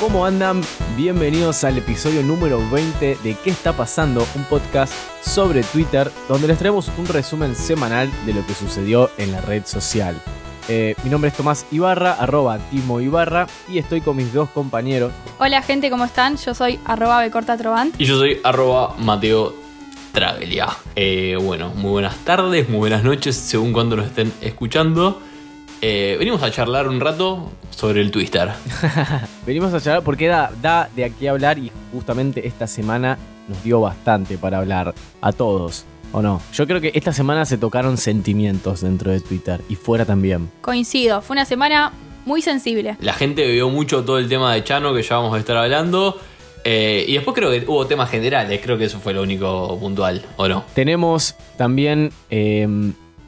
¿Cómo andan? Bienvenidos al episodio número 20 de ¿Qué está pasando? Un podcast sobre Twitter donde les traemos un resumen semanal de lo que sucedió en la red social. Eh, mi nombre es Tomás Ibarra, arroba Timo Ibarra, y estoy con mis dos compañeros. Hola gente, ¿cómo están? Yo soy arroba becortatrobant. Y yo soy arroba Mateo Travelia. Eh, bueno, muy buenas tardes, muy buenas noches, según cuando nos estén escuchando. Eh, venimos a charlar un rato sobre el Twister. Venimos a charlar porque da, da de aquí a hablar y justamente esta semana nos dio bastante para hablar a todos, ¿o no? Yo creo que esta semana se tocaron sentimientos dentro de Twitter y fuera también. Coincido, fue una semana muy sensible. La gente vio mucho todo el tema de Chano que ya vamos a estar hablando. Eh, y después creo que hubo temas generales, creo que eso fue lo único puntual, ¿o no? Tenemos también eh,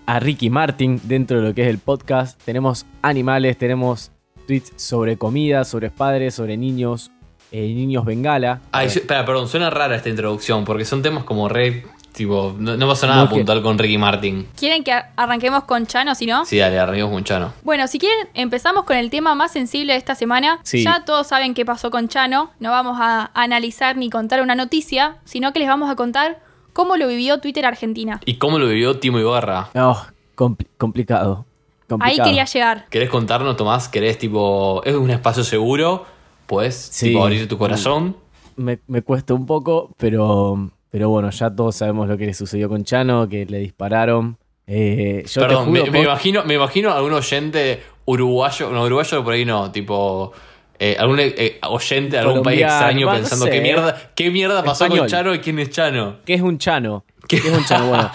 a Ricky Martin dentro de lo que es el podcast. Tenemos animales, tenemos tweets sobre comida, sobre padres, sobre niños, eh, niños bengala. Ay, yo- espera, perdón, suena rara esta introducción porque son temas como re. Tipo, no, no pasó nada No, es que- puntual con Ricky Martin. ¿Quieren que ar- arranquemos con Chano, si no? Sí, dale, arreglamos con Chano. Bueno, si quieren, empezamos con el tema más sensible de esta semana. Sí. Ya todos saben qué pasó con Chano. No vamos a analizar ni contar una noticia, sino que les vamos a contar cómo lo vivió Twitter Argentina. ¿Y cómo lo vivió Timo Ibarra? Oh, compli- complicado. Ahí complicado. quería llegar. ¿Querés contarnos, Tomás? ¿Querés, tipo, es un espacio seguro? Pues, Sí. tipo, abrir tu corazón. me, me cuesta un poco, pero, pero bueno, ya todos sabemos lo que le sucedió con Chano, que le dispararon. Eh, yo Perdón, te juro, me, me po- imagino, me imagino algún oyente uruguayo, no, uruguayo por ahí no, tipo, eh, algún eh, oyente de algún país Colombiano, extraño no pensando sé. qué mierda, qué mierda pasó Español. con Chano y quién es Chano. ¿Qué es un Chano? ¿Qué es un Chano? Bueno,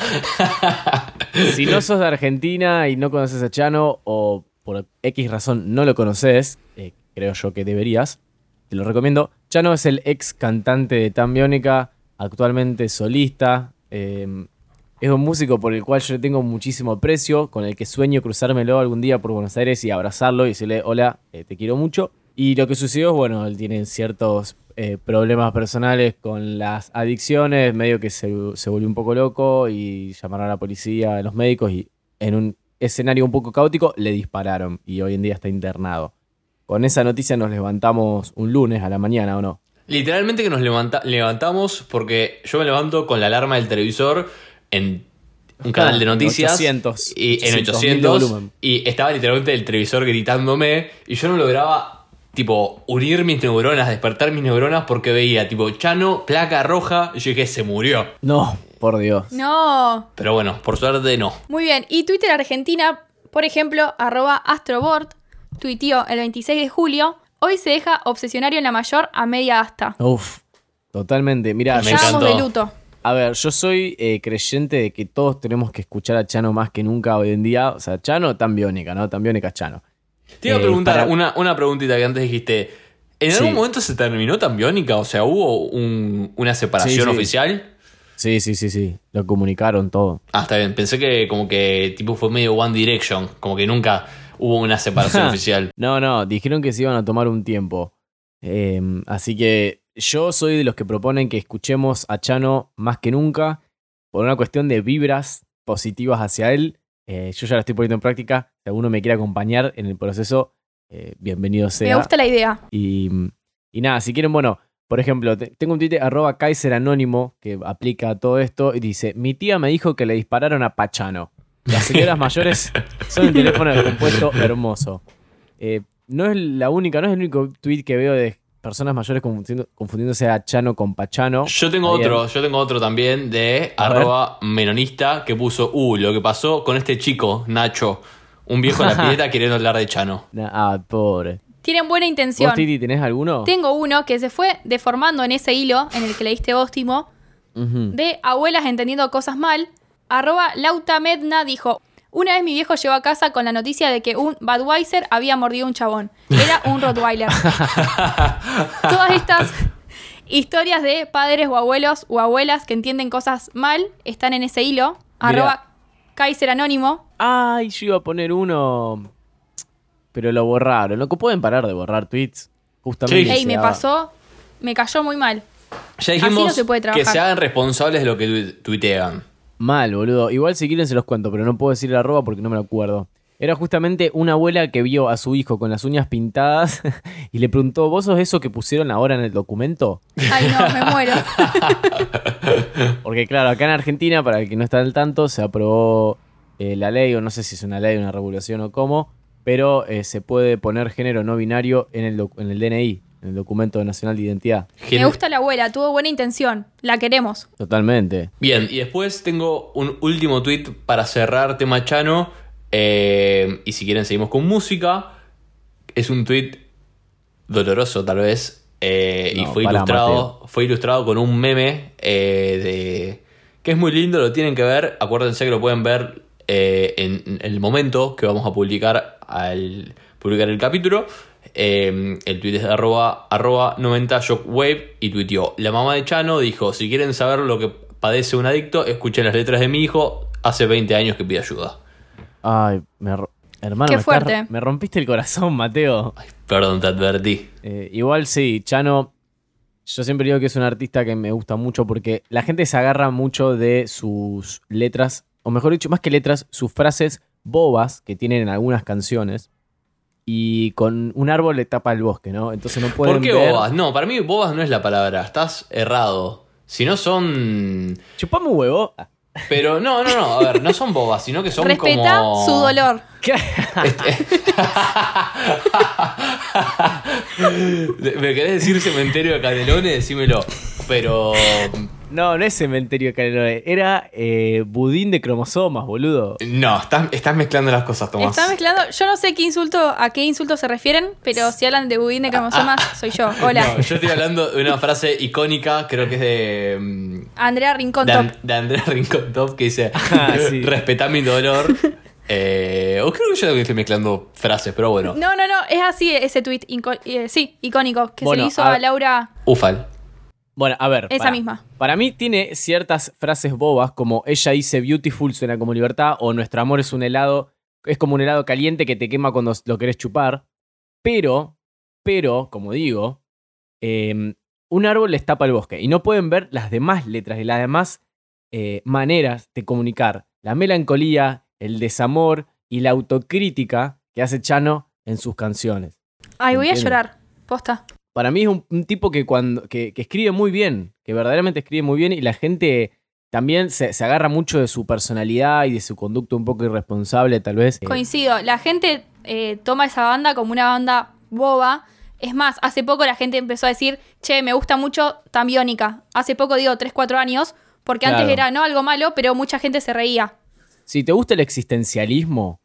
si no sos de Argentina y no conoces a Chano o por X razón no lo conoces, eh, creo yo que deberías, te lo recomiendo. Chano es el ex cantante de Tan Biónica, actualmente solista. eh, es un músico por el cual yo le tengo muchísimo aprecio, con el que sueño cruzármelo algún día por Buenos Aires y abrazarlo y decirle, hola, eh, te quiero mucho. Y lo que sucedió es, bueno, él tiene ciertos eh, problemas personales con las adicciones, medio que se, se volvió un poco loco y llamaron a la policía, a los médicos y en un escenario un poco caótico le dispararon y hoy en día está internado. Con esa noticia nos levantamos un lunes a la mañana, ¿o no? Literalmente que nos levanta- levantamos porque yo me levanto con la alarma del televisor en un canal de En noticias. 800, y, en 800.000 de 800. volumen. Y estaba literalmente el televisor gritándome y yo no lograba, tipo, unir mis neuronas, despertar mis neuronas porque veía, tipo, Chano, placa roja, y yo dije, se murió. No, por Dios. No. Pero bueno, por suerte no. Muy bien. Y Twitter Argentina, por ejemplo, arroba astroboard, tuiteó el 26 de julio. Hoy se deja obsesionario en la mayor a media asta. Uf, totalmente. Mira, Me Ya vamos de encantó. luto. A ver, yo soy eh, creyente de que todos tenemos que escuchar a Chano más que nunca hoy en día. O sea, Chano tan biónica, ¿no? Tan biónica es Chano. Te iba a Eh, preguntar para- una, una preguntita que antes dijiste. ¿En Sí. algún momento se terminó tan biónica? O sea, ¿hubo un- una separación sí. oficial? Sí, sí, sí, sí. Lo comunicaron todo. Ah, está bien. Pensé que como que tipo fue medio One Direction. Como que nunca hubo una separación oficial. No, no, dijeron que se iban a tomar un tiempo. Eh, así que yo soy de los que proponen que escuchemos a Chano más que nunca por una cuestión de vibras positivas hacia él. Eh, yo ya la estoy poniendo en práctica. Si alguno me quiere acompañar en el proceso, eh, bienvenido sea. Me gusta la idea. Y, y nada, si quieren, bueno, por ejemplo, te- tengo un tuit de arroba Kaiser Anónimo que aplica a todo esto y dice: Mi tía me dijo que le dispararon a Pachano. Las señoras mayores son un teléfono descompuesto hermoso. Eh, no es la única, no es el único tweet que veo de personas mayores confundiendo- confundiéndose a Chano con Pachano. Yo tengo Está bien. otro, yo tengo otro también de A ver. arroba menonista que puso, uh, lo que pasó con este chico, Nacho, un viejo en la pileta queriendo hablar de Chano. Na- ah, pobre. Tienen buena ¿Vos, intención. Titi, tenés alguno? Tengo uno que se fue deformando en ese hilo en el que leíste vos, Timo, Ujú. de abuelas entendiendo cosas mal. Arroba Lauta Medna dijo: Una vez mi viejo llegó a casa con la noticia de que un Budweiser había mordido a un chabón. Era un Rottweiler. Todas estas Historias de padres o abuelos o abuelas que entienden cosas mal están en ese hilo. Arroba Kaiser Anónimo. Ay, yo iba a poner uno. Pero lo borraron. No pueden parar de borrar tweets. Justamente. Sí. ah. Ey, se me daba- pasó, me cayó muy mal. Así Ya dijimos no se puede trabajar. que se hagan responsables de lo que tu- tuitean. Mal, boludo. Igual si quieren se los cuento, pero no puedo decir la arroba porque no me lo acuerdo. Era justamente una abuela que vio a su hijo con las uñas pintadas y le preguntó, ¿vos sos eso que pusieron ahora en el documento? Ay, no, me muero. Porque claro, acá en Argentina, para el que no está al tanto, se aprobó eh, la ley, o no sé si es una ley, una regulación o cómo, pero eh, se puede poner género no binario en el, doc- en el DNI, en el documento nacional de identidad. Gen- me gusta la abuela, tuvo buena intención. La queremos. Totalmente. Bien, y después tengo un último tweet para cerrar tema Chano. Eh, y si quieren seguimos con música. Es un tweet doloroso tal vez. eh, y No, fue pará, ilustrado, fue ilustrado con un meme eh, de, que es muy lindo, lo tienen que ver. Acuérdense que lo pueden ver eh, en, en el momento que vamos a publicar al publicar el capítulo. Eh, el tweet es de arroba, arroba 90 shockwave y tuiteó. La mamá de Chano dijo, si quieren saber lo que padece un adicto, escuchen las letras de mi hijo. Hace 20 años que pide ayuda. Ay, me ro- hermano, Qué me, estás- fuerte. me rompiste el corazón, Mateo. Perdón, te advertí. Eh, igual sí, Chano, yo siempre digo que es un artista que me gusta mucho porque la gente se agarra mucho de sus letras, o mejor dicho, más que letras, sus frases bobas que tienen en algunas canciones. Y con un árbol le tapa el bosque, ¿no? Entonces no pueden ¿Por qué ver... bobas? No, para mí bobas no es la palabra. Estás errado. Si no son... Chupame un huevo. Pero no, no, no. A ver, no son bobas, sino que son Respeta como... su Este, dolor. De- ¿Me querés decir cementerio de Canelones? Decímelo. Pero. No, no es cementerio de Canelones. Era eh, budín de cromosomas, boludo. No, estás, estás mezclando las cosas, Tomás. Está mezclando. Yo no sé qué insulto, a qué insulto se refieren, pero si hablan de budín de cromosomas, soy yo. Hola. No, yo estoy hablando de una frase icónica, creo que es de. mm, Andrea Rincón De, An- Top. de Andrea Rincón Top que dice: Ah, sí. Respetá mi dolor. Eh, o creo que yo también estoy mezclando frases, pero bueno. No, no, no, es así ese tweet, inco- eh, sí, icónico, que se Bueno, le hizo a- a, Laura. Ufal. Bueno, a ver. Esa pará. misma. Para mí tiene ciertas frases bobas, como ella dice beautiful suena como libertad, o nuestro amor es un helado, es como un helado caliente que te quema cuando lo querés chupar. Pero, pero, como digo, eh, un árbol les tapa el bosque y no pueden ver las demás letras y las demás eh, maneras de comunicar. La melancolía, el desamor y la autocrítica que hace Chano en sus canciones Ay, voy a Entiendo. llorar. Posta. para mí es un, un tipo que cuando que, que escribe muy bien, que verdaderamente escribe muy bien y la gente también se, se agarra mucho de su personalidad y de su conducta un poco irresponsable tal vez. Eh, Coincido. La gente eh, toma esa banda como una banda boba. Es más, hace poco la gente empezó a decir, che, me gusta mucho Tambiónica. Hace poco digo 3, 4 años, porque antes Claro. era no algo malo, pero mucha gente se reía. si te gusta el existencialismo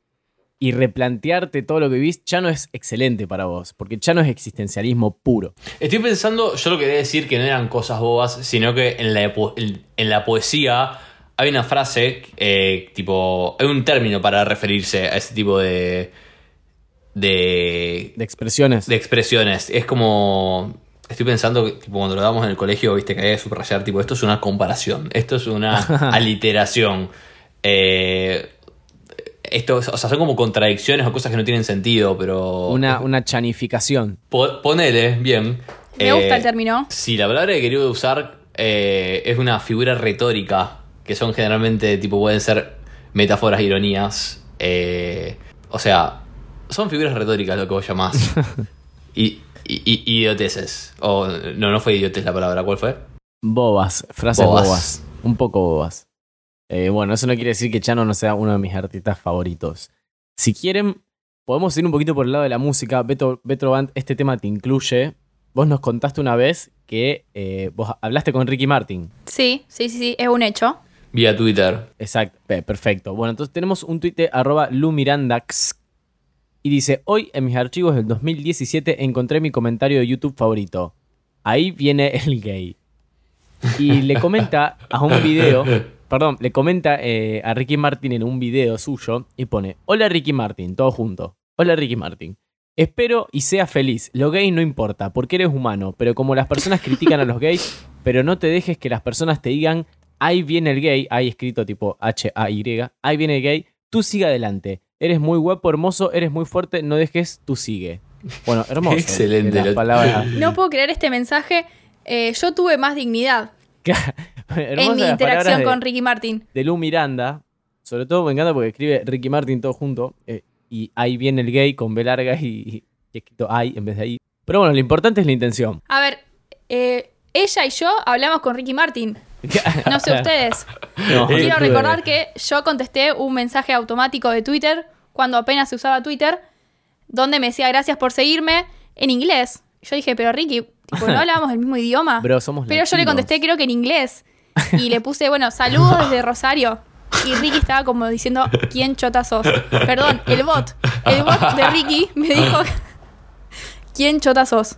y replantearte todo lo que vivís, Chano es excelente para vos, porque Chano es existencialismo puro. Estoy pensando, yo lo quería decir que no eran cosas bobas, sino que en la, po- en, en la poesía hay una frase, eh, tipo, hay un término para referirse a ese tipo de, de, De expresiones. de expresiones. Es como, estoy pensando, que, tipo, cuando lo damos en el colegio, viste que hay que subrayar, tipo, esto es una comparación, esto es una aliteración. Eh, esto, es- o sea, son como contradicciones o cosas que no tienen sentido, pero... una, una chanificación. Po- Ponele, bien. Me Eh, gusta el término. Sí, la palabra que quería usar eh, es una figura retórica, que son generalmente, tipo, pueden ser metáforas, ironías. eh, o sea, son figuras retóricas lo que vos llamás. y, y- y- idioteces. O, no, no fue idiotez la palabra, ¿cuál fue? Bobas, frases Bobas. bobas. Un poco bobas. Eh, bueno, eso no quiere decir que Chano no sea uno de mis artistas favoritos. Si quieren, podemos ir un poquito por el lado de la música. Beto, Beto Band, este tema te incluye. Vos nos contaste una vez que eh, vos hablaste con Ricky Martin. Sí, sí, sí, sí, es un hecho. Vía Twitter. Exacto, pe- perfecto. Bueno, entonces tenemos un tuit de arroba lumirandax y dice, hoy en mis archivos del 2017 encontré mi comentario de YouTube favorito. Ahí viene el gay. Y le comenta a un video, perdón, le comenta eh, a Ricky Martin en un video suyo y pone, hola Ricky Martin, todo junto. Hola Ricky Martin. Espero y sea feliz. Lo gay no importa, porque eres humano. Pero como las personas critican a los gays, pero no te dejes que las personas te digan, ahí viene el gay, ahí escrito tipo H-A-Y, ahí viene el gay, tú sigue adelante. Eres muy guapo, hermoso, eres muy fuerte, no dejes, tú sigue. Bueno, hermoso. Excelente. Las palabras. No puedo creer este mensaje. Eh, yo tuve más dignidad en Hermosas mi las palabras interacción de- con Ricky Martin. de Lu Miranda. Sobre todo me encanta porque escribe Ricky Martin todo junto. eh, y ahí viene el gay con B larga y, y escrito ay en vez de ahí. Pero bueno, lo importante es la intención. A ver, eh, ella y yo hablamos con Ricky Martin. No sé ustedes. No, Eh, Quiero tuve- recordar que yo contesté un mensaje automático de Twitter cuando apenas se usaba Twitter, donde me decía gracias por seguirme en inglés. Yo dije, pero Ricky, tipo, no hablábamos el mismo idioma. Bro, somos pero yo le latinos. contesté, creo que en inglés. Y le puse, bueno, saludos desde Rosario. Y Ricky estaba como diciendo, ¿quién chota sos? Perdón, el bot. El bot de Ricky me Ah. dijo, ¿quién chota sos?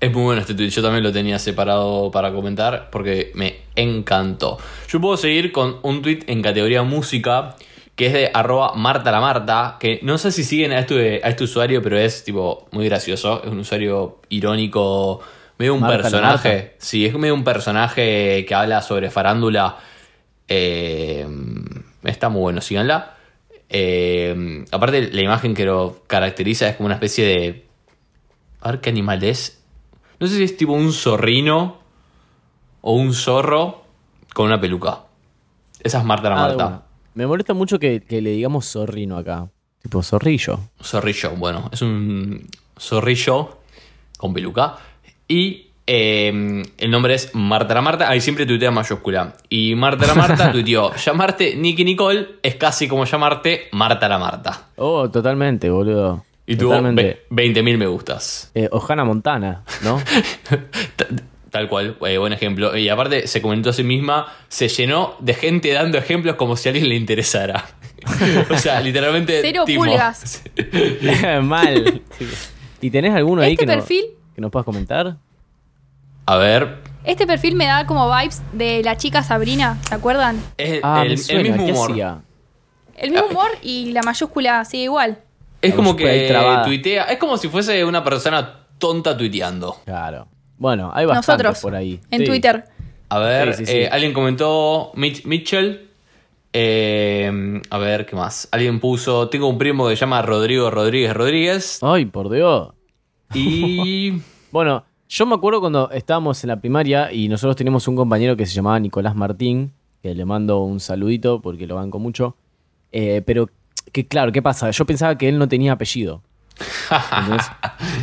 Es muy bueno este tweet. Yo también lo tenía separado para comentar porque me encantó. Yo puedo seguir con un tweet en categoría música que es de arroba Marta la Marta, que no sé si siguen a este, a este usuario, pero es tipo muy gracioso. Es un usuario irónico, medio un Marta la personaje. Marta. Sí, es medio un personaje que habla sobre farándula. Eh, está muy bueno, síganla. Eh, aparte, la imagen que lo caracteriza es como una especie de a ver qué animal es. No sé si es tipo un zorrino o un zorro con una peluca. Esa es Marta la Ah, de Marta. una. Me molesta mucho que, que le digamos zorrino acá. Tipo zorrillo. Zorrillo, bueno, es un zorrillo con peluca. Y eh, el nombre es Marta la Marta. Ahí siempre tuitea en mayúscula. Y Marta la Marta tuiteó: llamarte Nicky Nicole es casi como llamarte Marta la Marta. Oh, totalmente, boludo. Y tuvo totalmente. ve- 20.000 me gustas. Eh, Ojana Montana, ¿no? Ta- Tal cual, eh, buen ejemplo. Y aparte se comentó a sí misma, se llenó de gente dando ejemplos como si a alguien le interesara. o sea, literalmente... Cero timo. pulgas. Mal. ¿Y tenés alguno ahí Este que, no- perfil- que nos puedas comentar? A ver, Este perfil me da como vibes de la chica Sabrina, ¿se acuerdan? es Ah, el, me el suena, mismo ¿qué humor. hacía? El Ah, mismo humor y la mayúscula sigue igual. Es La como música ahí que trabada. tuitea, es como si fuese una persona tonta tuiteando. Claro. Bueno, hay bastantes Nosotros por ahí. en Sí. Twitter. A ver, Sí, sí, sí. eh, alguien comentó Mitch- Mitchell. Eh, a ver, ¿qué más? Alguien puso, tengo un primo que se llama Rodrigo Rodríguez Rodríguez. Ay, por Dios. Y... Bueno, yo me acuerdo cuando estábamos en la primaria y nosotros teníamos un compañero que se llamaba Nicolás Martín, que le mando un saludito porque lo banco mucho. Eh, pero, que claro, ¿qué pasa? Yo pensaba que él no tenía apellido. ¿Entendés?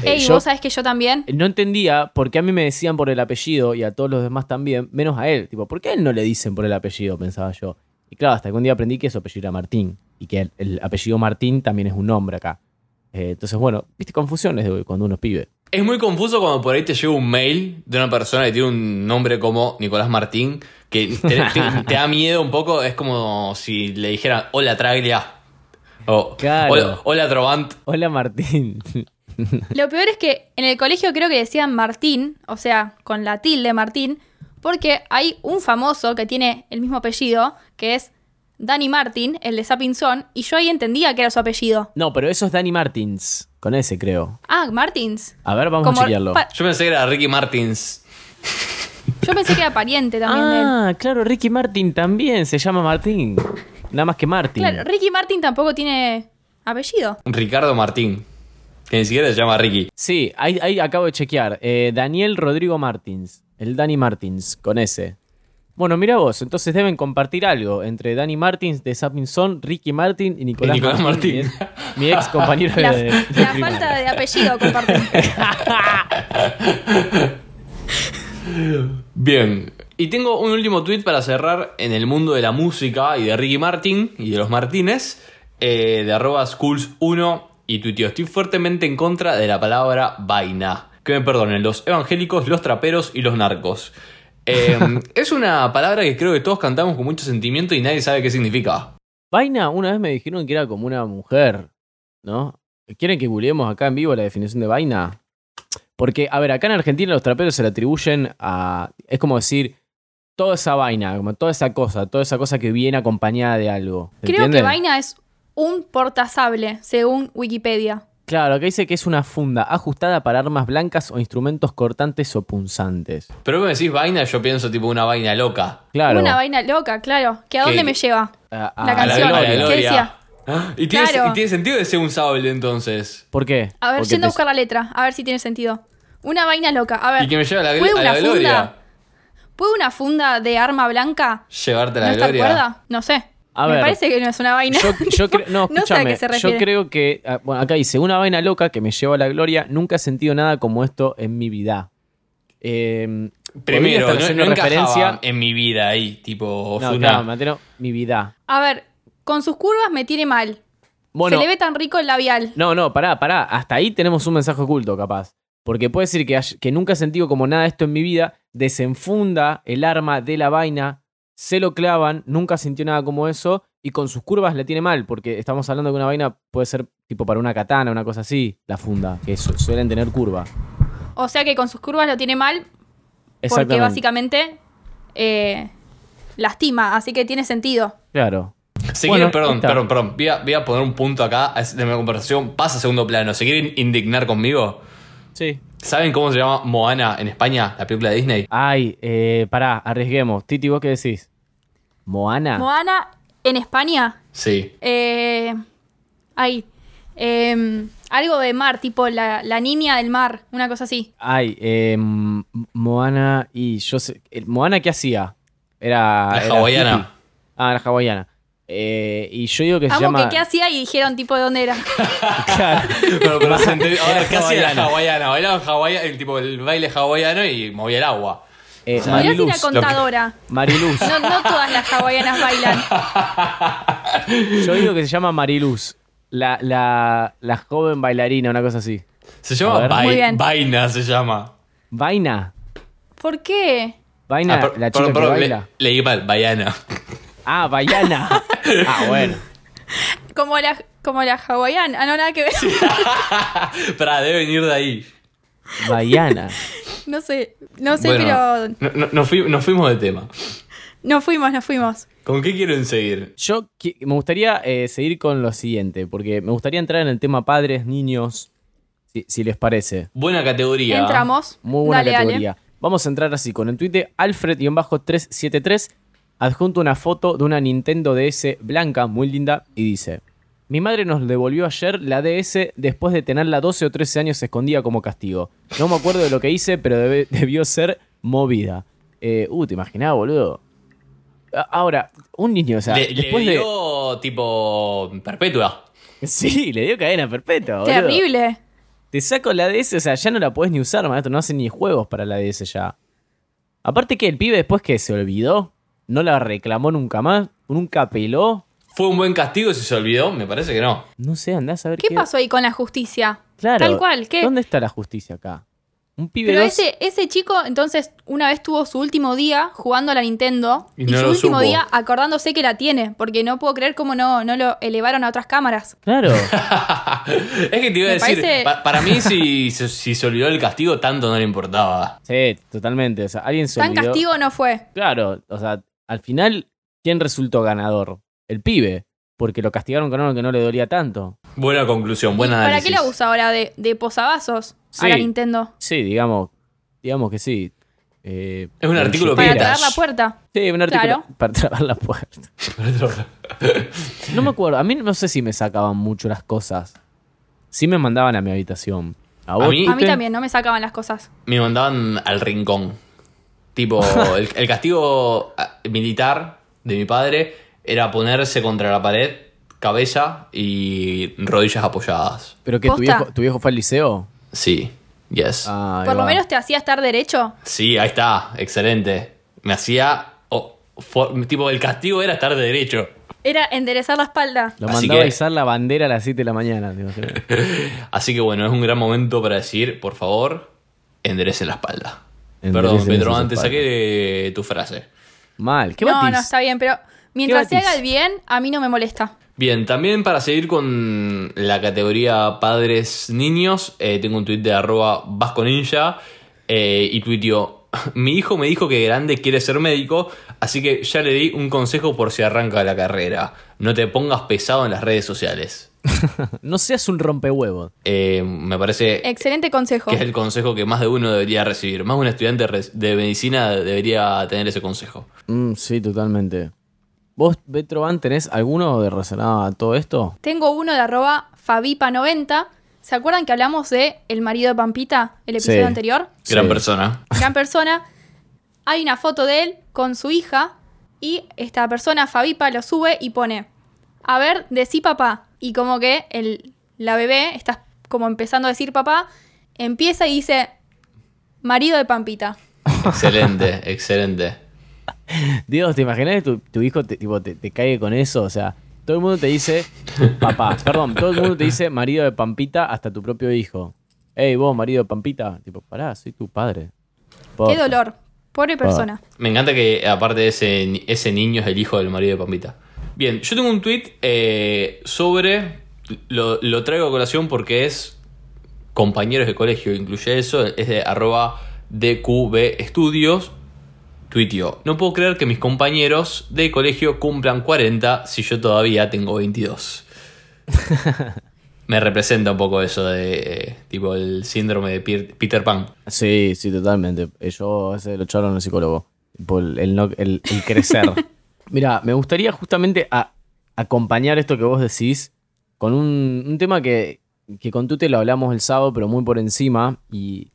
Eh, Ey, yo eh, vos sabés que yo también. no entendía por qué a mí me decían por el apellido y a todos los demás también, menos a él. Tipo, ¿por qué a él no le dicen por el apellido? Pensaba yo. Y claro, hasta que un día aprendí que su apellido era Martín y que el, el apellido Martín también es un nombre acá. Eh, entonces, bueno, viste, confusiones de cuando uno es pibe. Es muy confuso cuando por ahí te llega un mail de una persona que tiene un nombre como Nicolás Martín, que te, te- te da miedo un poco, es como si le dijeran, hola Traglia, o Claro. hola, hola, Trovant. Hola Martín. Lo peor es que en el colegio creo que decían Martín, o sea, con la tilde Martín, porque hay un famoso que tiene el mismo apellido, que es Danny Martin, el de Sapinson, y yo ahí entendía que era su apellido. No, pero eso es Danny Martins, con ese creo. Ah, Martins. A ver, vamos a chequearlo. pa- Yo pensé que era Ricky Martins. yo pensé que era pariente también de él. Ah, claro, Ricky Martin también se llama Martín. Nada más que Martin. Claro, Ricky Martin tampoco tiene apellido. Ricardo Martín, que ni siquiera se llama Ricky. Sí, ahí, ahí acabo de chequear. Eh, Daniel Rodrigo Martins. El Dani Martins, con ese. Bueno, mira vos, entonces deben compartir algo entre Dani Martins de Sapinson, Ricky Martin y Nicolás, Y Nicolás Martín, Martín. Mi, ex compañero La, de, de la primaria. falta de apellido comparten. Bien. Y tengo un último tweet para cerrar en el mundo de la música y de Ricky Martin y de los Martínez, eh, de arroba schools1 y tuiteo. Estoy fuertemente en contra de la palabra vaina. Que me perdonen, los evangélicos, los traperos y los narcos. Eh, es una palabra que creo que todos cantamos con mucho sentimiento y nadie sabe qué significa. Vaina, una vez me dijeron que era como una mujer, ¿no? ¿Quieren que googleemos acá en vivo la definición de vaina? Porque, a ver, acá en Argentina los traperos se le atribuyen a. Es como decir, toda esa vaina, como toda esa cosa, toda esa cosa que viene acompañada de algo. ¿se Creo entiende? que vaina es un portasable, según Wikipedia. Claro, acá dice que es una funda ajustada para armas blancas o instrumentos cortantes o punzantes. Pero vos me decís vaina, yo pienso tipo una vaina loca. Claro. Una vaina loca, claro. ¿Que a dónde Que- me lleva? Ah, ah, La A la canción, gloria, a la ¿qué gloria. decía? Ah, Y tiene, Claro. y tiene sentido que sea un sable entonces. ¿Por qué? A ver, Porque yendo a te- buscar la letra, a ver si tiene sentido. Una vaina loca, a ver. Y que me lleve a la, ¿Puede gl- a una la funda? gloria. ¿Puede una funda de arma blanca? Llevarte a ¿No la está gloria. cuerda? No sé. A me ver. parece que no es una vaina. Yo, yo creo, no, No sé a escúchame, qué se yo refiere. creo que, ah, bueno, acá dice, una vaina loca que me lleva a la gloria, nunca he sentido nada como esto en mi vida. Eh, podría Primero, estar no, haciendo no encajaba en mi vida ahí, tipo No, Ozuna. claro, Mateo, mi vida. A ver, con sus curvas me tiene mal. Bueno, Se le ve tan rico el labial. no, no, pará, pará, hasta ahí tenemos un mensaje oculto, capaz. Porque puede decir que, hay- que nunca he sentido como nada esto en mi vida, desenfunda el arma de la vaina, se lo clavan, nunca sintió nada como eso, y con sus curvas la tiene mal, porque estamos hablando que una vaina puede ser tipo para una katana, una cosa así, la funda, que su- suelen tener curva. O sea que con sus curvas lo tiene mal porque Exactamente. básicamente eh, lastima, así que tiene sentido. Claro. Si Bueno, quieren, perdón, está. perdón, perdón. Voy a, voy a poner un punto acá de mi conversación. Pasa a segundo plano. Si quieren indignar conmigo, Sí. ¿saben cómo se llama Moana en España, la película de Disney? Ay, eh, pará, arriesguemos. Titi, ¿vos qué decís? ¿Moana? Moana en España, Sí. eh, ahí, eh, algo de mar, tipo la, la niña del mar, una cosa así. Ay, eh, mm, Moana y yo sé. el- ¿Moana qué hacía? Era. La era hawaiana. hippie. Ah, la hawaiana. Eh, y yo digo que se Amo llama. que qué hacía y dijeron tipo de dónde era. Claro. Pero, pero se entendió. A ver, Era ¿qué hacía hawaiana. la hawaiana? Bailaba hawaiana, el tipo el baile hawaiano y movía el agua. Eh, sea, Mirá si Mariluz. era contadora. Mariluz. No, no todas las hawaianas bailan. Yo digo que se llama Mariluz. La, la, la joven bailarina, una cosa así. Se A llama ver. Vai- Muy bien. Vaina, se llama. Vaina. ¿Por qué? Vaina, Ah, per- la chica perdón, que perdón, le- baila. leí mal, Vaiana. Ah, Vaiana. ah, bueno. Como la, como la hawaiana. Ah, no, nada que ver. Para, debe venir de ahí. Vaiana. No sé, no sé, Bueno, pero no- no- nos fui- nos fuimos de tema. nos fuimos, nos fuimos. ¿Con qué quieren seguir? Yo qui- me gustaría eh, seguir con lo siguiente, porque me gustaría entrar en el tema padres, niños, si, si les parece. Buena categoría. Entramos. Muy buena Dale, dale. categoría. Vamos a entrar así con el Twitter Alfred-373. Adjunto una foto de una Nintendo DS blanca, muy linda, y dice: Mi madre nos devolvió ayer la DS después de tenerla 12 o 13 años escondida como castigo. No me acuerdo de lo que hice, pero debe- debió ser movida. Eh, uh, te imaginaba, boludo. A- Ahora, un niño, o sea, Le- le después de. dio, tipo perpetua. Sí, le dio cadena perpetua. boludo. Terrible. Te saco la DS, o sea, ya no la podés ni usar, maestro. No hacen ni juegos para la DS ya. Aparte que el pibe después que se olvidó, no la reclamó nunca más, nunca peló. ¿Fue un buen castigo si se olvidó? Me parece que no. No sé, andás a ver ¿Qué qué, pasó ahí con la justicia? Claro. Tal cual, ¿qué? ¿Dónde está la justicia acá? Un pibe Pero dos- ese, ese chico, entonces, una vez tuvo su último día jugando a la Nintendo Y y, no su lo último supo. día acordándose que la tiene, porque no puedo creer cómo no, no lo elevaron a otras cámaras. Claro. Es que te iba a Me decir, parece- pa- para mí si, se- si se olvidó el castigo, tanto no le importaba. sí, totalmente. O sea, alguien se Tan olvidó. castigo no fue. Claro, o sea, al final, ¿quién resultó ganador? El pibe. Porque lo castigaron con algo que no le dolía tanto. Buena conclusión, buena ¿Para análisis. qué la usa ahora de, de posavasos a la Sí. Nintendo? Sí, digamos, digamos que sí. Eh, Es un artículo Para Vintage. traer la puerta. Sí, un artículo Claro. para trabar la puerta. No me acuerdo, a mí no sé si me sacaban mucho las cosas. Sí me mandaban a mi habitación. ¿A, vos, mí- Tute? A mí también, no me sacaban las cosas. Me mandaban al rincón. Tipo, el, el castigo ah, militar de mi padre era ponerse contra la pared, cabeza y rodillas apoyadas. ¿Pero que tu Posta. viejo, tu viejo fue al liceo? Sí, yes. Ah, ahí Por lo va. menos te hacía estar derecho. Sí, ahí está, excelente. Me hacía... oh, for- tipo, el castigo era estar de derecho. Era enderezar la espalda. Lo Así mandaba a que- izar la bandera a las 7 de la mañana. te imaginas. Así que bueno, es un gran momento para decir, por favor, enderecen la espalda. Enderecen Perdón, Pedro, esa antes espalda. saqué de tu frase. Mal. ¿Qué no, batís? no, está bien, pero mientras se batís? haga el bien, a mí no me molesta. Bien, también para seguir con la categoría padres niños, eh, tengo un tuit de arroba vasco ninja eh, y tuiteo mi hijo me dijo que grande quiere ser médico, así que ya le di un consejo por si arranca la carrera. No te pongas pesado en las redes sociales. No seas un rompehuevo. Eh, me parece Excelente consejo. que es el consejo que más de uno debería recibir. Más un estudiante re- de medicina debería tener ese consejo. Mm, sí, totalmente. ¿Vos, Betroban, tenés alguno de relacionado a todo esto? Tengo uno de arroba Fabipa90. ¿Se acuerdan que hablamos de el marido de Pampita el episodio Sí. anterior? Gran Sí. persona. Gran persona. Hay una foto de él con su hija y esta persona, Fabipa, lo sube y pone, a ver, decí papá. Y como que el, la bebé está como empezando a decir papá, empieza y dice, marido de Pampita. excelente, excelente. Dios, ¿te imaginas que tu, tu hijo te, tipo, te, te cae con eso? O sea, todo el mundo te dice papá. Perdón, todo el mundo te dice marido de Pampita hasta tu propio hijo. Ey, vos, marido de Pampita. Tipo, pará, soy tu padre. Qué Posta. dolor. Pobre persona. Me encanta que aparte de ese, ni- ese niño es el hijo del marido de Pampita. Bien, yo tengo un tweet eh, sobre, lo, lo traigo a colación porque es compañeros de colegio, incluye eso, es de arroba DQB Estudios, tuiteó, no puedo creer que mis compañeros de colegio cumplan 40 si yo todavía tengo 22. Me representa un poco eso de eh, tipo el síndrome de Pier- Peter Pan. Sí, sí, totalmente. Eh, Yo ese lo charlo en el psicólogo. Por el, no- el- el crecer. Mira, me gustaría justamente a- acompañar esto que vos decís con un, un tema que, que con Tute lo hablamos el sábado, pero muy por encima. Y,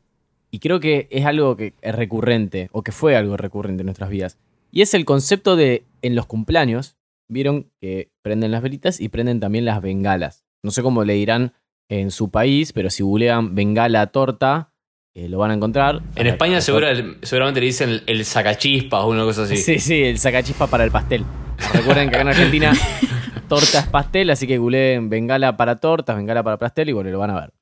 y creo que es algo que es recurrente, o que fue algo recurrente en nuestras vidas. Y es el concepto de en los cumpleaños, vieron que prenden las velitas y prenden también las bengalas. No sé cómo le dirán en su país, pero si googlean bengala torta, eh, lo van a encontrar. En España segura- seguramente le dicen el, el sacachispas o una cosa así. Sí, sí, el sacachispa para el pastel. Recuerden que acá en Argentina torta es pastel, así que googleen bengala para tortas, bengala para pastel y bueno, lo van a ver.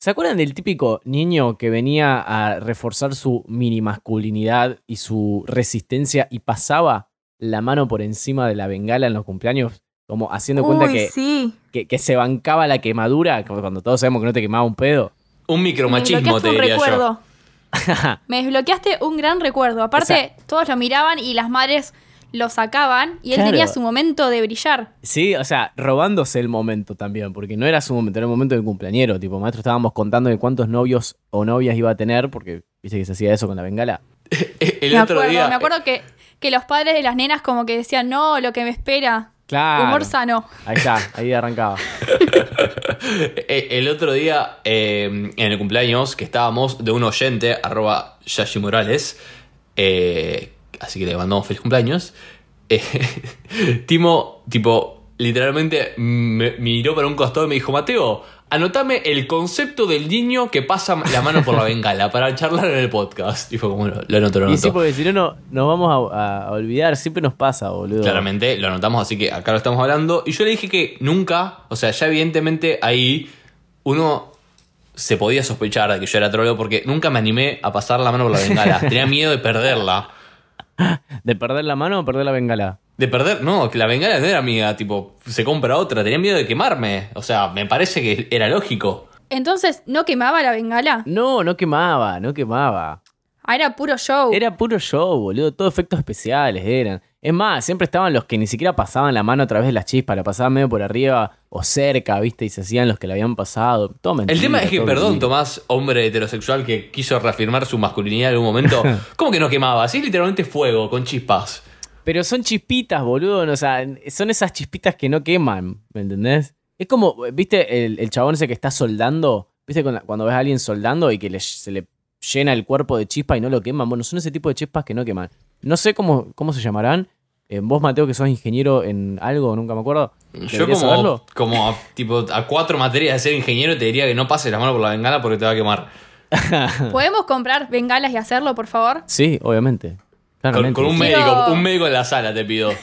¿Se acuerdan del típico niño que venía a reforzar su mini masculinidad y su resistencia y pasaba la mano por encima de la bengala en los cumpleaños? Como haciendo cuenta que, sí. que, que se bancaba la quemadura, como cuando todos sabemos que no te quemaba un pedo. Un Me micromachismo, desbloqueaste te un diría yo. recuerdo. Me desbloqueaste un gran recuerdo. Aparte, todos lo miraban y las madres lo sacaban y él Claro. tenía su momento de brillar. Sí, o sea, robándose el momento también, porque no era su momento, era el momento del cumpleañero. Tipo, maestro, estábamos contando de cuántos novios o novias iba a tener, porque viste que se hacía eso con la bengala. El me otro acuerdo, día. me acuerdo que, que los padres de las nenas como que decían, no, lo que me espera. Claro. Humor sano. Ahí está, ahí arrancaba. eh, El otro día, eh, en el cumpleaños, que estábamos de un oyente, arroba Yashi Morales. eh, así que le mandamos feliz cumpleaños. eh, Timo, tipo, literalmente me miró para un costado y me dijo, Mateo, anotame el concepto del niño que pasa la mano por la bengala para charlar en el podcast. Y fue como, bueno, lo anoto, lo Y anoto. sí, porque si no, no, nos vamos a, a olvidar, siempre nos pasa, boludo. Claramente lo anotamos, así que acá lo estamos hablando. Y yo le dije que nunca, o sea, ya evidentemente ahí uno se podía sospechar de que yo era trolo porque nunca me animé a pasar la mano por la bengala. Tenía miedo de perderla. ¿De perder la mano o perder la bengala? De perder, no, que la bengala no era mía, tipo, se compra otra. Tenía miedo de quemarme. O sea, me parece que era lógico. Entonces, ¿no quemaba la bengala? No, no quemaba, no quemaba. Ah, era puro show. Era puro show, boludo. Todos efectos especiales eran. Es más, siempre estaban los que ni siquiera pasaban la mano a través de las chispas, la pasaban medio por arriba o cerca, ¿viste? Y se hacían los que la habían pasado. Todo mentira, El tema es que, todo perdón, mentira. Tomás, hombre heterosexual que quiso reafirmar su masculinidad en algún momento, ¿cómo que no quemaba? Así es literalmente fuego, con chispas. Pero son chispitas, boludo. O sea, son esas chispitas que no queman, ¿me entendés? Es como, ¿viste? El, el chabón ese que está soldando. ¿Viste? con la- Cuando ves a alguien soldando y que le- se le llena el cuerpo de chispa y no lo queman. Bueno, son ese tipo de chispas que no queman. No sé cómo, cómo se llamarán. Eh, vos, Mateo, que sos ingeniero en algo, nunca me acuerdo. Yo ¿Deberías como, saberlo? como a, tipo, a cuatro materias de ser ingeniero te diría que no pases la mano por la bengala porque te va a quemar. ¿Podemos comprar bengalas y hacerlo, por favor? Sí, obviamente. Con, Claramente. con un Quiero- médico, un médico en la sala te pido.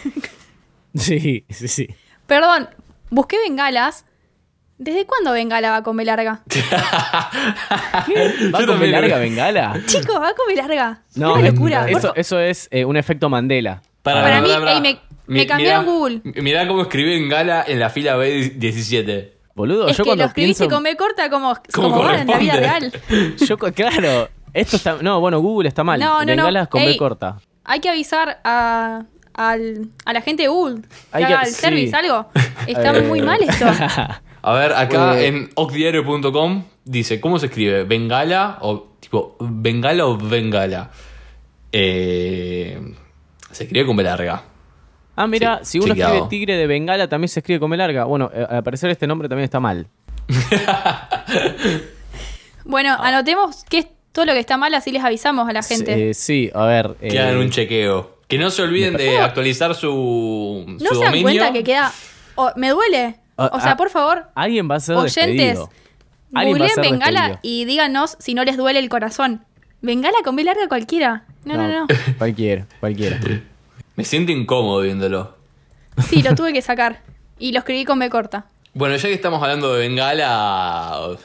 Sí, sí, sí. Perdón, busqué bengalas. ¿Desde cuándo bengala va con B larga? ¿Va Yo con también larga creo. bengala? Chicos, va con B larga. No, me- locura. Por Eso, eso es eh, un efecto Mandela. Para Pará, pará, mí, pará, pará. ey, me- Mi- me cambiaron mirá- Google. mi- Mirá cómo escribí bengala en la fila B17. Boludo, Es yo que cuando lo escribiste pienso. con B corta como, Como como, ahora en la vida corresponde. real. Yo, cu- claro, Esto está. No, bueno, Google está mal. No, no, no. Bengalas con B Ey. corta. Hay que avisar a, al- a la gente de Google que Hay que- haga el sí. service, algo. Está Eh. muy mal esto. A ver, acá Eh. en ocdiario.com dice, ¿cómo se escribe? ¿Bengala o tipo bengala o bengala? Eh, se escribe con B larga. Ah, mira, Sí, si uno chequeado. escribe tigre de Bengala, también se escribe con B larga. Bueno, eh, al parecer este nombre también está mal. Bueno, anotemos qué es todo lo que está mal, así les avisamos a la gente. Eh, sí, a ver. eh, Que hagan un chequeo. Que no se olviden de actualizar su, ¿No su se dan dominio. cuenta que queda... oh, me duele. Ah, O sea, ah. por favor, Alguien va a ser oyentes, despedido. Alguien va a googleen ser Bengala despedido. y díganos si no les duele el corazón. Bengala con B larga cualquiera. No, no, no. Cualquiera, cualquiera. Me siento incómodo viéndolo. Sí, lo tuve que sacar. Y lo escribí con B corta. Bueno, ya que estamos hablando de Bengala,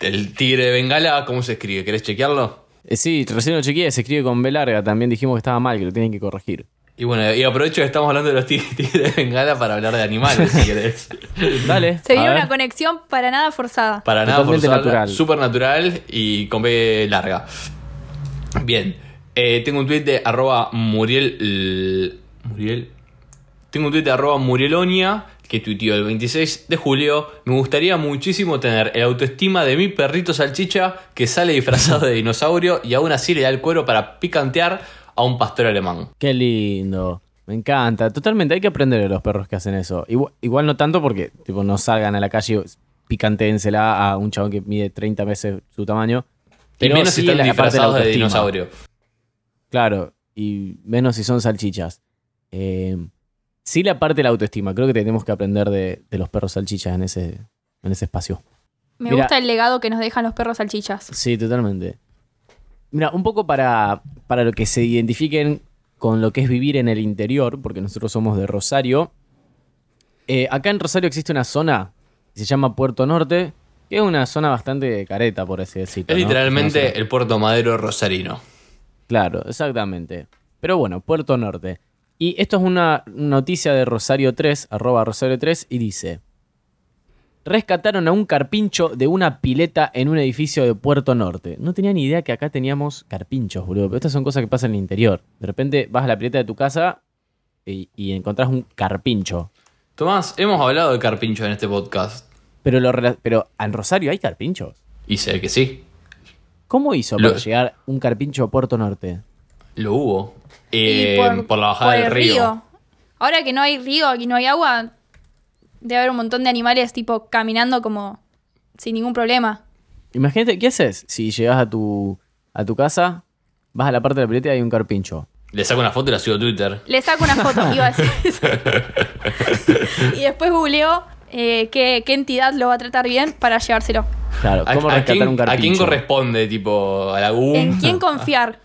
el tigre de Bengala, ¿cómo se escribe? ¿Querés chequearlo? Eh, sí, recién lo chequeé, se escribe con B larga. También dijimos que estaba mal, que lo tienen que corregir. Y bueno, y aprovecho que estamos hablando de los tig- tigres de Bengala para hablar de animales, si querés. Dale. Se a viene ver. una conexión para nada forzada. Para nada Totalmente forzada, natural. súper natural y con B larga. Bien, eh, tengo un tweet de arroba Muriel... L- Muriel... Tengo un tweet de arroba Murielonia que tuiteó el 26 de julio. Me gustaría muchísimo tener el autoestima de mi perrito salchicha que sale disfrazado de dinosaurio y aún así le da el cuero para picantear a un pastor alemán. Qué lindo. Me encanta. Totalmente, hay que aprender de los perros que hacen eso. Igual, igual no tanto porque tipo, no salgan a la calle y picantéensela a un chabón que mide 30 veces su tamaño. Pero y menos si sí están la- la parte la disfrazados de autoestima. dinosaurio. Claro, y menos si son salchichas. Eh, sí la parte de la autoestima. Creo que tenemos que aprender de, de los perros salchichas en ese, en ese espacio. Me Mira. gusta el legado que nos dejan los perros salchichas. Sí, totalmente. Mira, un poco para, para lo que se identifiquen con lo que es vivir en el interior, porque nosotros somos de Rosario. Eh, acá en Rosario existe una zona que se llama Puerto Norte, que es una zona bastante careta, por así decirlo. Es ¿no? Es una literalmente zona- el puerto madero rosarino. Claro, exactamente. Pero bueno, Puerto Norte. Y esto es una noticia de Rosario 3, arroba Rosario 3, y dice: Rescataron a un carpincho de una pileta en un edificio de Puerto Norte. No tenía ni idea que acá teníamos carpinchos, boludo. Pero estas son cosas que pasan en el interior. De repente vas a la pileta de tu casa y, y encontrás un carpincho. Tomás, hemos hablado de carpincho en este podcast. Pero, lo, rela- pero en Rosario hay carpinchos. Y sé que sí, ¿Cómo hizo para Lo- llegar un carpincho a Puerto Norte? lo hubo. Eh, Y por, la bajada por del el río. Ahora que no hay río, y no hay agua, debe haber un montón de animales tipo caminando como sin ningún problema. Imagínate, ¿qué haces si llegas a tu, a tu casa, vas a la parte de la pileta y hay un carpincho? Le saco una foto y la subo a Twitter. Le saco una foto, iba a decir eso. y después googleo eh, qué, qué entidad lo va a tratar bien para llevárselo. Claro, ¿A, ¿cómo a rescatar quién, un a quién carpincho? corresponde? Tipo, a la U. ¿En quién confiar?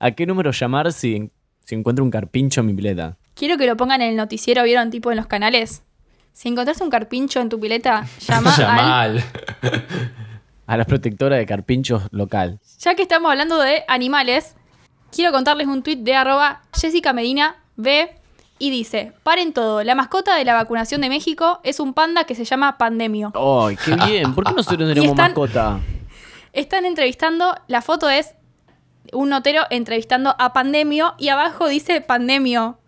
¿A qué número llamar si, si encuentro un carpincho en mi pileta? Quiero que lo pongan en el noticiero, ¿vieron? Tipo en los canales. Si encontraste un carpincho en tu pileta, llama al... Yamal. A la protectora de carpinchos local. Ya que estamos hablando de animales, quiero contarles un tuit de arroba Jessica Medina B y dice, paren todo, la mascota de la vacunación de México es un panda que se llama Pandemio. ¡Ay, qué bien! ¿Por qué nosotros Y tenemos están- mascota? Están entrevistando, la foto es un notero entrevistando a Pandemio y abajo dice Pandemio.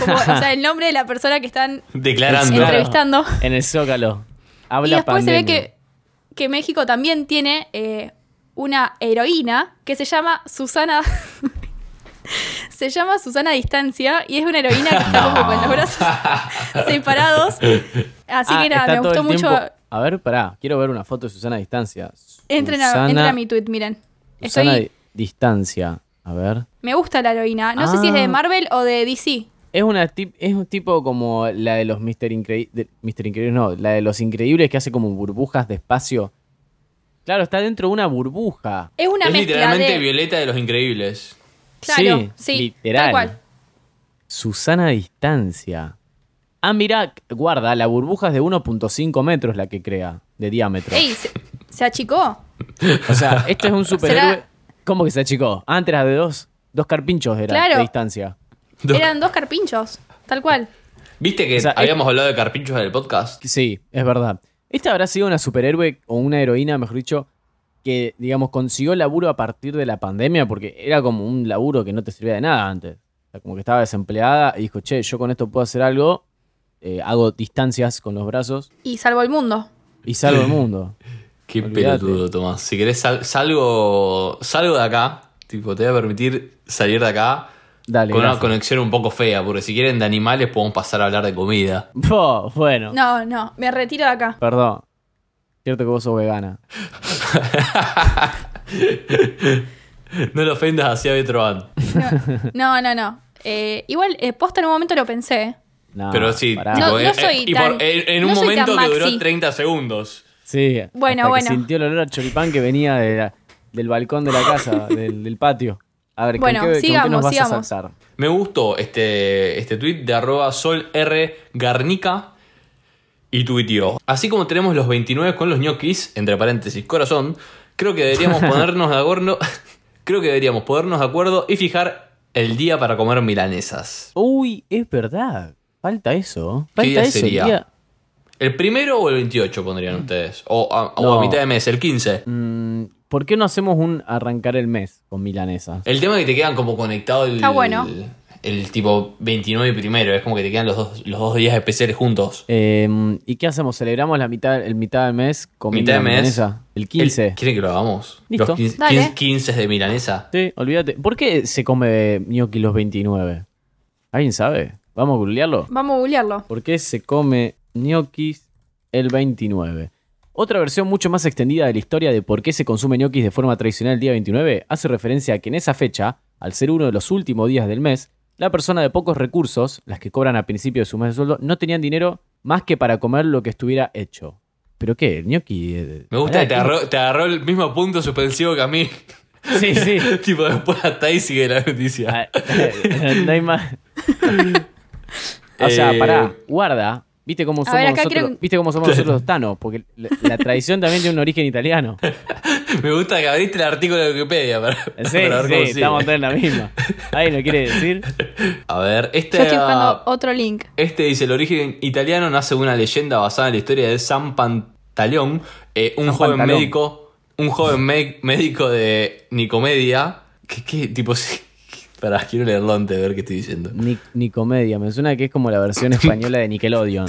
Como, o sea, el nombre de la persona que están Declarando. Claro. entrevistando. En el zócalo. Habla y después se ve pandemia. que, que México también tiene eh, una heroína que se llama Susana. se llama Susana Distancia y es una heroína que está como con los brazos separados. Así Ah, que está nada, me todo gustó el mucho. tiempo- A ver, pará, quiero ver una foto de Susana a distancia. Entren, a, Susana- entren a mi tweet, miren. Estoy- Susana a distancia. A ver. me gusta la heroína. No sé si es de Ah. Marvel o de DC. Es, una tip- es un tipo como la de los Mr. Increí- de- Mr. Increíbles, no, la de los Increíbles que hace como burbujas de espacio. Claro, está dentro de una burbuja. Es una Es mezcla literalmente de. Violeta de los Increíbles. Claro, sí, literal. tal cual. Susana a distancia. Ah, mira, guarda, la burbuja es de 1.5 metros la que crea, de diámetro. Ey, se, se achicó. O sea, esto es un superhéroe. ¿Será- ¿Cómo que se achicó? Antes era de dos, dos carpinchos era Claro. de distancia. Eran dos carpinchos, tal cual. ¿Viste que O sea, es- habíamos hablado de carpinchos en el podcast? Sí, es verdad. ¿Esta habrá sido una superhéroe o una heroína, mejor dicho, que, digamos, consiguió laburo a partir de la pandemia, porque era como un laburo que no te servía de nada antes. O sea, como que estaba desempleada y dijo, che, yo con esto puedo hacer algo, eh, hago distancias con los brazos Y salvo el mundo. y salvo el mundo. Qué Olvídate. pelotudo, Tomás. Si querés, sal- salgo, salgo de acá. Tipo, te voy a permitir salir de acá Dale. con una gracias. conexión un poco fea. Porque si quieren de animales, podemos pasar a hablar de comida. Po, bueno, No, no, me retiro de acá. perdón. Cierto que vos sos vegana. No lo ofendas así a Betroban. No, no, no. Eh, igual, eh, posta en un momento lo pensé. ¿eh? No, Pero sí, pará. tipo, No, no eh, eh, soy y tan- por- en, en un no soy tan momento que duró maxi. 30 segundos. Sí, hasta Bueno, que bueno. sintió el olor a choripán que venía de la- del balcón de la casa, del, del patio. A ver, ¿con Bueno, qué- ¿con, qué, sigamos, nos vas a sigamos. saltar? Me gustó este, este tweet de arroba sol R Garnica y tuiteó. Así como tenemos los 29 con los ñoquis, entre paréntesis, corazón, creo que deberíamos ponernos de acuerdo. creo que deberíamos ponernos de acuerdo y fijar el día para comer milanesas. Uy, es verdad. Falta eso. Falta día eso. el sería? día- ¿El primero o el 28 pondrían ustedes? O a, o Mm. No. a mitad de mes, el 15. Mm, ¿Por qué no hacemos un arrancar el mes con milanesa? El tema es que te quedan como conectado el, Está bueno. el tipo 29 y primero. Es como que te quedan los dos, los dos días especiales juntos. Eh, ¿Y qué hacemos? ¿Celebramos la mitad, el mitad del mes con Mitad de mes. milanesa? El 15. El- ¿Quieren que lo hagamos? Listo. Los 15, Dale. 15 15 de milanesa. Sí, olvídate. ¿Por qué se come gnocchi los 29? ¿Alguien sabe? Vamos a googlearlo. Vamos a googlearlo. ¿Por qué se come ñoquis el 29? Otra versión mucho más extendida de la historia de por qué se consume ñoquis de forma tradicional el día 29 hace referencia a que en esa fecha, al ser uno de los últimos días del mes, la persona de pocos recursos, las que cobran a principio de su mes de sueldo, no tenían dinero más que para comer lo que estuviera hecho. ¿Pero qué? ¿El ñoqui? eh, Me gusta pará, que te ¿qué? agarró, te agarró el mismo punto suspensivo que a mí. Sí, sí. tipo, después hasta ahí sigue la noticia. Ah, no hay más. o sea, Eh, pará, guarda. ¿Viste cómo, A somos ver, acá nosotros, quiero- ¿Viste cómo somos nosotros los Thanos? Porque la, la tradición también tiene un origen italiano. Me gusta que abriste el artículo de Wikipedia para, Sí, para sí, ver cómo sigue. estamos todos en la misma. Ahí no quiere decir. A ver, Yo este, estoy buscando otro link. este dice: el origen italiano nace de una leyenda basada en la historia de San Pantaleón, eh, un San joven Pantaleón. médico, un joven me- médico de Nicomedia. ¿Qué, qué tipo? sí. Pará, quiero leerlo antes de ver qué estoy diciendo. Ni, ni comedia, me suena que es como la versión española de Nickelodeon.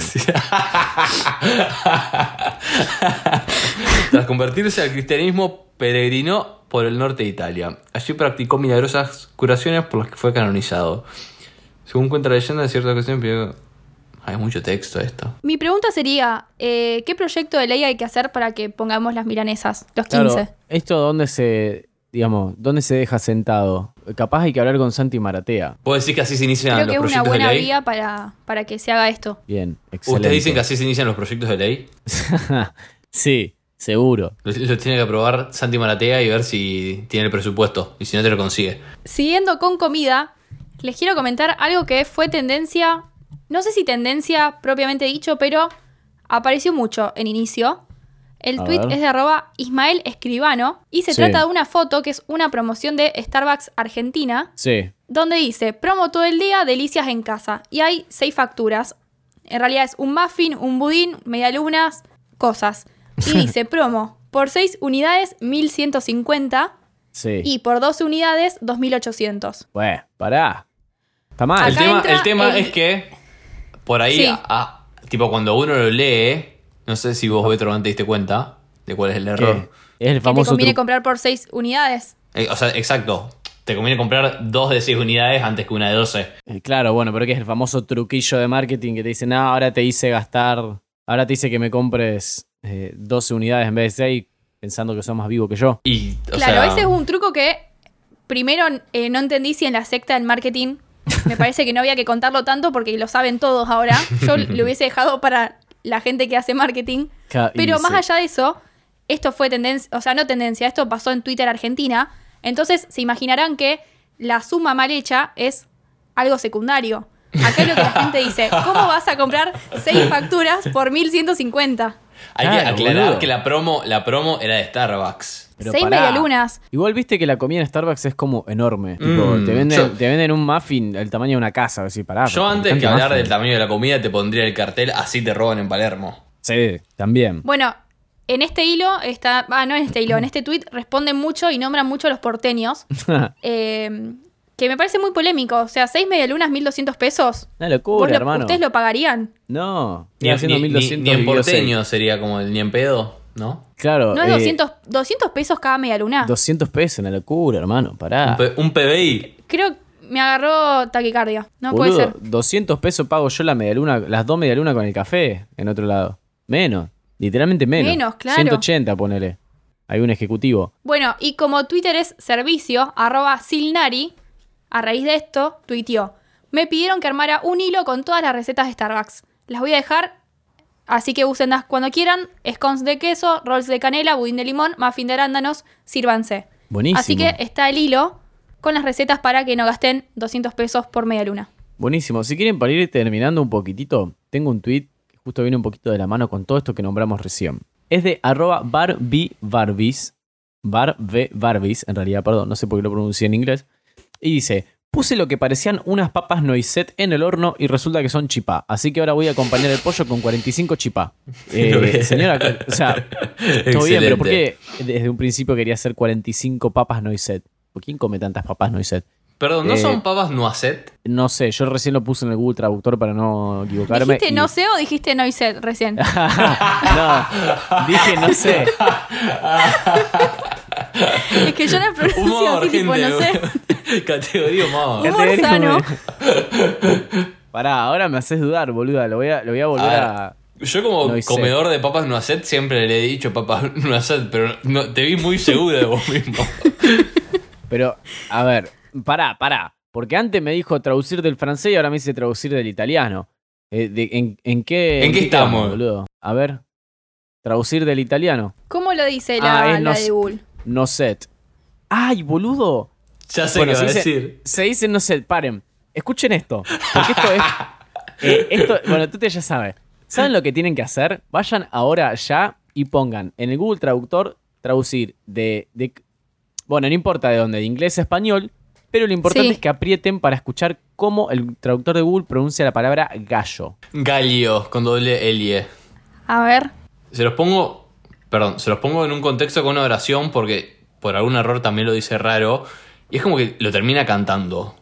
Tras convertirse al cristianismo, peregrinó por el norte de Italia. Allí practicó milagrosas curaciones por las que fue canonizado. Según cuenta la leyenda, de cierta ocasión pidió... Hay mucho texto a esto. Mi pregunta sería, eh, ¿qué proyecto de ley hay que hacer para que pongamos las milanesas, los 15? Claro, esto dónde se, digamos, dónde se deja sentado. Capaz hay que hablar con Santi Maratea. ¿Vos decís que así se inician Creo que es los una proyectos de buena ley? vía para, para que se haga esto. Bien, excelente. ¿Ustedes dicen que así se inician los proyectos de ley? sí, seguro. Lo, lo tiene que aprobar Santi Maratea y ver si tiene el presupuesto. Y si no te lo consigue. Siguiendo con comida, les quiero comentar algo que fue tendencia, no sé si tendencia propiamente dicho, pero apareció mucho en inicio. El A tweet ver. es de arroba Ismael Escribano y se Sí. trata de una foto que es una promoción de Starbucks Argentina Sí, donde dice, promo todo el día, delicias en casa. Y hay seis facturas. En realidad es un muffin, un budín, medialunas, cosas. Y dice, promo, por seis unidades, 1150 sí. y por 12 unidades, 2800. Bueno, pará. Está mal. el Acá tema, entra el tema el- es que por ahí, Sí. a- a- tipo cuando uno lo lee, no sé si vos, Betro, no te diste cuenta de cuál es el ¿Qué? error. Es el Que te famoso conviene tru- comprar por seis unidades. Eh, o sea, exacto. Te conviene comprar dos de seis unidades antes que una de 12. Eh, Claro, bueno, pero que es el famoso truquillo de marketing que te dicen, ah, ahora te hice gastar, ahora te hice que me compres eh, 12 unidades en vez de 6, pensando que sos más vivo que yo. Y, o claro, sea, ese es un truco que primero eh, no entendí si en la secta del marketing me parece que no había que contarlo tanto porque lo saben todos ahora. Yo lo hubiese dejado para la gente que hace marketing. Ca- y Pero más sí. allá de eso, esto fue tendencia, o sea, no tendencia, esto pasó en Twitter Argentina. Entonces se imaginarán que la suma mal hecha es algo secundario. Acá es lo que la gente dice, ¿cómo vas a comprar seis facturas por 1150? hay que Claro, aclarar boludo. que la promo, la promo era de Starbucks. Pero seis pará. medialunas. Igual viste que la comida en Starbucks es como enorme. Tipo, Mm, te, venden, yo- te venden un muffin del tamaño de una casa. Así, pará, Yo porque antes tanto que hablar muffin. del tamaño de la comida te pondría el cartel así te roban en Palermo. Sí, también. Bueno, en este hilo está. Ah, no en este hilo, en este tweet responden mucho y nombran mucho a los porteños. eh, que me parece muy polémico. O sea, 6 medialunas, 1200 pesos. Una locura, ¿Vos lo- hermano. ¿Ustedes lo pagarían? No, Ni, ni haciendo ni- 1200 ni en dividido seis. porteño sería como el ni en pedo, ¿no? Claro. ¿No es eh, 200, 200 pesos cada medialuna? 200 pesos, una locura, hermano. Pará. Un, P- un PBI. Creo que me agarró taquicardia. No Boludo, puede ser. 200 pesos pago yo la medialuna, las dos medialunas con el café en otro lado. Menos, literalmente menos. Menos, claro. 180, ponele. Hay un ejecutivo. Bueno, y como Twitter es servicio, arroba Silnari, a raíz de esto, tuiteó. Me pidieron que armara un hilo con todas las recetas de Starbucks. Las voy a dejar, así que úsenlas cuando quieran. Scones de queso, rolls de canela, budín de limón, muffin de arándanos, sírvanse. Buenísimo. Así que está el hilo con las recetas para que no gasten 200 pesos por media luna. Buenísimo. Si quieren, para ir terminando un poquitito, tengo un tweet que justo viene un poquito de la mano con todo esto que nombramos recién. Es de arroba barbarbis. Bar B Barbies, en realidad, perdón, no sé por qué lo pronuncié en inglés. Y dice: Puse lo que parecían unas papas noisette en el horno y resulta que son chipá. Así que ahora voy a acompañar el pollo con 45 chipá. Eh, señora, o sea, todo bien, pero ¿por qué desde un principio quería hacer 45 papas noisette? ¿Por quién come tantas papas noisette? Perdón, ¿no Eh, son papas noacet? No sé, yo recién lo puse en el Google Traductor para no equivocarme. ¿Dijiste y- no sé o dijiste no hice recién? no, dije no sé. es que yo la pronuncio Humor, así, tipo, gente. no sé. Categoría humor. Humor sano. Pará, ahora me haces dudar, boluda. Lo voy a, lo voy a volver a. Ah, Yo como No hice. comedor de papas noacet siempre le he dicho papas noacet, pero no, te vi muy segura de vos mismo. Pero, a ver, pará, pará. Porque antes me dijo traducir del francés y ahora me dice traducir del italiano. Eh, de- en, en qué, ¿En qué estamos? boludo? A ver, traducir del italiano. ¿Cómo lo dice la, Ah, es la no de sé. Google? No set. ¡Ay, boludo! Ya sé Bueno, qué se va a dice- decir. Se dice, no sé, paren. Escuchen esto. Porque esto es. eh, esto, bueno, tú te ya sabes. ¿Saben lo que tienen que hacer? Vayan ahora ya y pongan en el Google Traductor traducir de. de- bueno, no importa de dónde, de inglés a español, pero lo importante Sí. es que aprieten para escuchar cómo el traductor de Google pronuncia la palabra gallo. Galio, con doble L. E. A ver. Se los pongo, perdón, se los pongo en un contexto con una oración porque por algún error también lo dice raro y es como que lo termina cantando.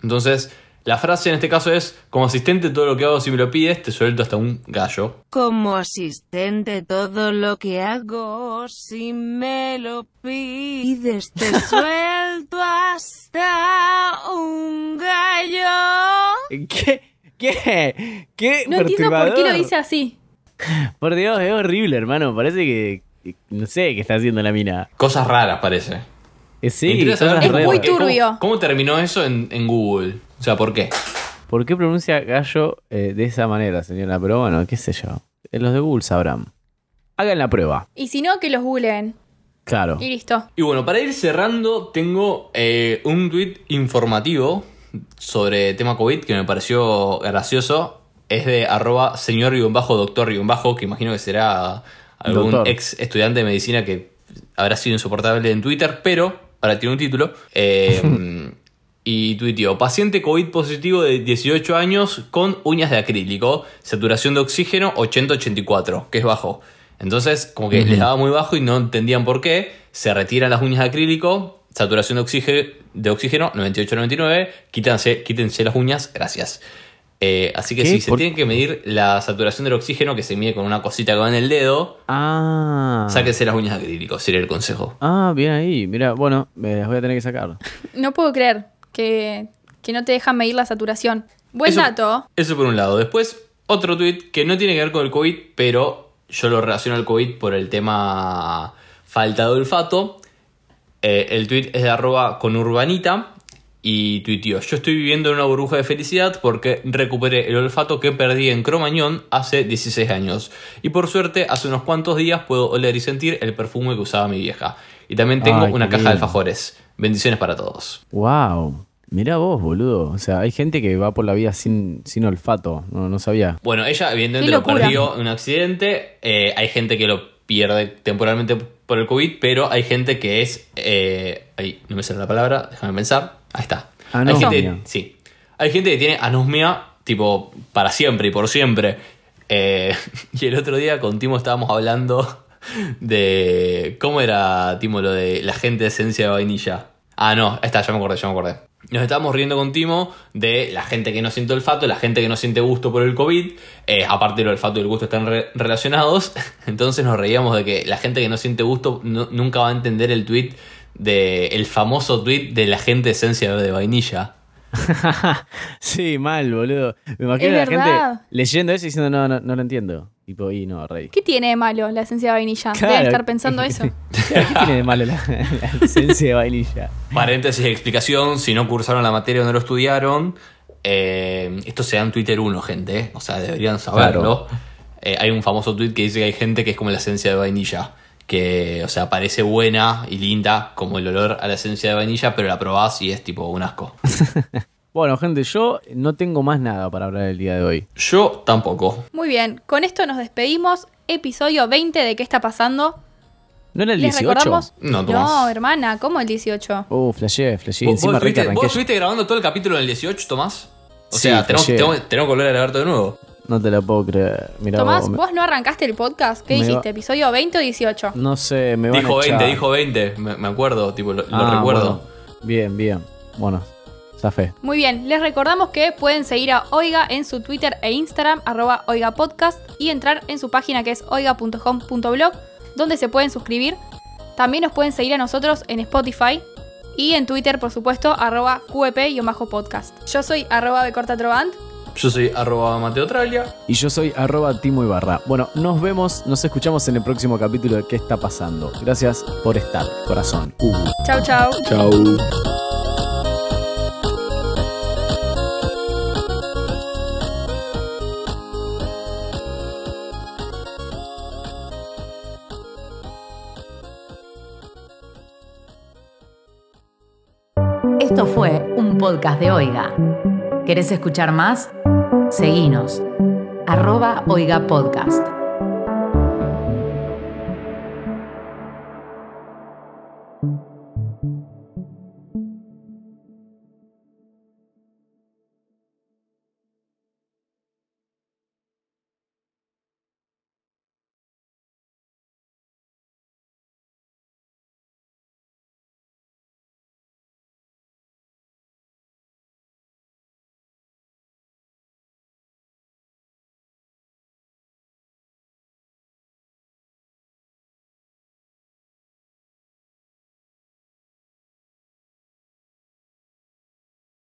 Entonces, la frase en este caso es, como asistente todo lo que hago si me lo pides, te suelto hasta un gallo. Como asistente todo lo que hago, si me lo pides te suelto hasta un gallo. ¿Qué? ¿Qué? ¿Qué? No entiendo por qué lo perturbador? dice así. Por Dios, es horrible, hermano. Parece que. que- No sé qué está haciendo la mina. Cosas raras parece. Eh, Me Sí, interesa saber cosas es por raras. muy qué. ¿Cómo- turbio. ¿Cómo, terminó eso en, en Google? O sea, ¿por qué? ¿Por qué pronuncia gallo eh, de esa manera, señora? Pero bueno, qué sé yo. Eh, Los de Google sabrán. Hagan la prueba. Y si no, que los googleen. Claro. Y listo. Y bueno, para ir cerrando, tengo eh, un tweet informativo sobre tema COVID que me pareció gracioso. Es de arroba señor guión bajo, doctor guión bajo, que imagino que será algún Doctor. ex estudiante de medicina que habrá sido insoportable en Twitter, pero ahora tiene un título. Eh, y tuiteó, paciente COVID positivo de 18 años con uñas de acrílico, saturación de oxígeno 80-84, que es bajo. Entonces, como que les daba muy bajo y no entendían por qué, se retiran las uñas de acrílico, saturación de oxígeno, de oxígeno 98-99, quítense, quítense las uñas, gracias. Eh, así que ¿Qué? si se ¿Por- tienen que medir la saturación del oxígeno que se mide con una cosita que va en el dedo, Ah. sáquense las uñas de acrílico, sería el consejo. Ah, bien ahí. Mira, bueno, me las voy a tener que sacar. No puedo creer que, que no te dejan medir la saturación. Buen Eso- dato. Eso por un lado. Después, otro tweet que no tiene que ver con el COVID, pero yo lo relaciono al COVID por el tema falta de olfato. Eh, el tweet es de arroba con urbanita y tuiteó, yo estoy viviendo en una burbuja de felicidad porque recuperé el olfato que perdí en Cromañón hace 16 años. Y por suerte, hace unos cuantos días puedo oler y sentir el perfume que usaba mi vieja. Y también tengo Ay, qué una caja lindo. de alfajores. Bendiciones para todos. Wow. Mira vos, boludo. O sea, hay gente que va por la vida sin, sin olfato. No, no sabía. Bueno, ella evidentemente Qué lo locura. perdió en un accidente. eh, hay gente que lo pierde temporalmente por el COVID, pero hay gente que es. eh, ay, no me sale la palabra, déjame pensar. Ahí está. Hay Anosmia. gente, sí. Hay gente que tiene anosmia, tipo, para siempre y por siempre. Eh, y el otro día con Timo estábamos hablando de. ¿Cómo era, Timo, lo de la gente de esencia de vainilla? Ah, no, está, ya me acordé, ya me acordé. Nos estábamos riendo con Timo de la gente que no siente olfato, la gente que no siente gusto por el COVID. Eh, aparte, el olfato y el gusto están re- relacionados. Entonces nos reíamos de que la gente que no siente gusto nu- nunca va a entender el tweet de. el famoso tweet de la gente de esencia de vainilla. sí, mal, boludo. Me imagino Es a la verdad. gente leyendo eso y diciendo, no, no, no lo entiendo. Tipo, y no, rey. ¿Qué tiene de malo la esencia de vainilla? Deben Claro. estar pensando eso. ¿Qué tiene de malo la, la esencia de vainilla? Paréntesis de explicación, si no cursaron la materia o no lo estudiaron, eh, esto se da en Twitter 1, gente, eh. o sea, deberían saberlo. Eh, hay un famoso tweet que dice que hay gente que es como la esencia de vainilla, que, o sea, parece buena y linda como el olor a la esencia de vainilla, pero la probás y es tipo un asco. Bueno, gente, yo no tengo más nada para hablar el día de hoy. Yo tampoco. Muy bien, con esto nos despedimos. Episodio 20 de ¿Qué está pasando? ¿No era el ¿Les 18? recordamos? No, Tomás. no, hermana, ¿cómo el 18? Uh, flashé, flashé. ¿Vos, Encima vos rica estuviste, vos arranqué. estuviste grabando todo el capítulo del 18, Tomás? O Sí, sea, tenemos, flashé. tenemos- tenemos que volver a grabar todo de nuevo. No te la puedo creer. Mirá Tomás, vos, me- vos no arrancaste el podcast. ¿Qué me va- dijiste? ¿Episodio 20 o 18? No sé, me van Dijo a echar. 20, dijo 20, me, me acuerdo, tipo, lo, lo Ah, recuerdo. bueno. Bien, bien. Bueno, zafé. Muy bien, les recordamos que pueden seguir a Oiga en su Twitter e Instagram, arroba Oiga Podcast, y entrar en su página que es oiga.com.blog, donde se pueden suscribir. También nos pueden seguir a nosotros en Spotify y en Twitter, por supuesto, arroba E QEP-podcast. Yo soy arroba Becortatroband. Yo soy arroba Mateo Tralia. Y yo soy arroba Timo Ibarra. Bueno, nos vemos, nos escuchamos en el próximo capítulo de ¿Qué está pasando? Gracias por estar, corazón. Uh. Chau, chau. Chau. Esto fue un podcast de Oiga. ¿Querés escuchar más? Seguinos. Arroba Oiga Podcast.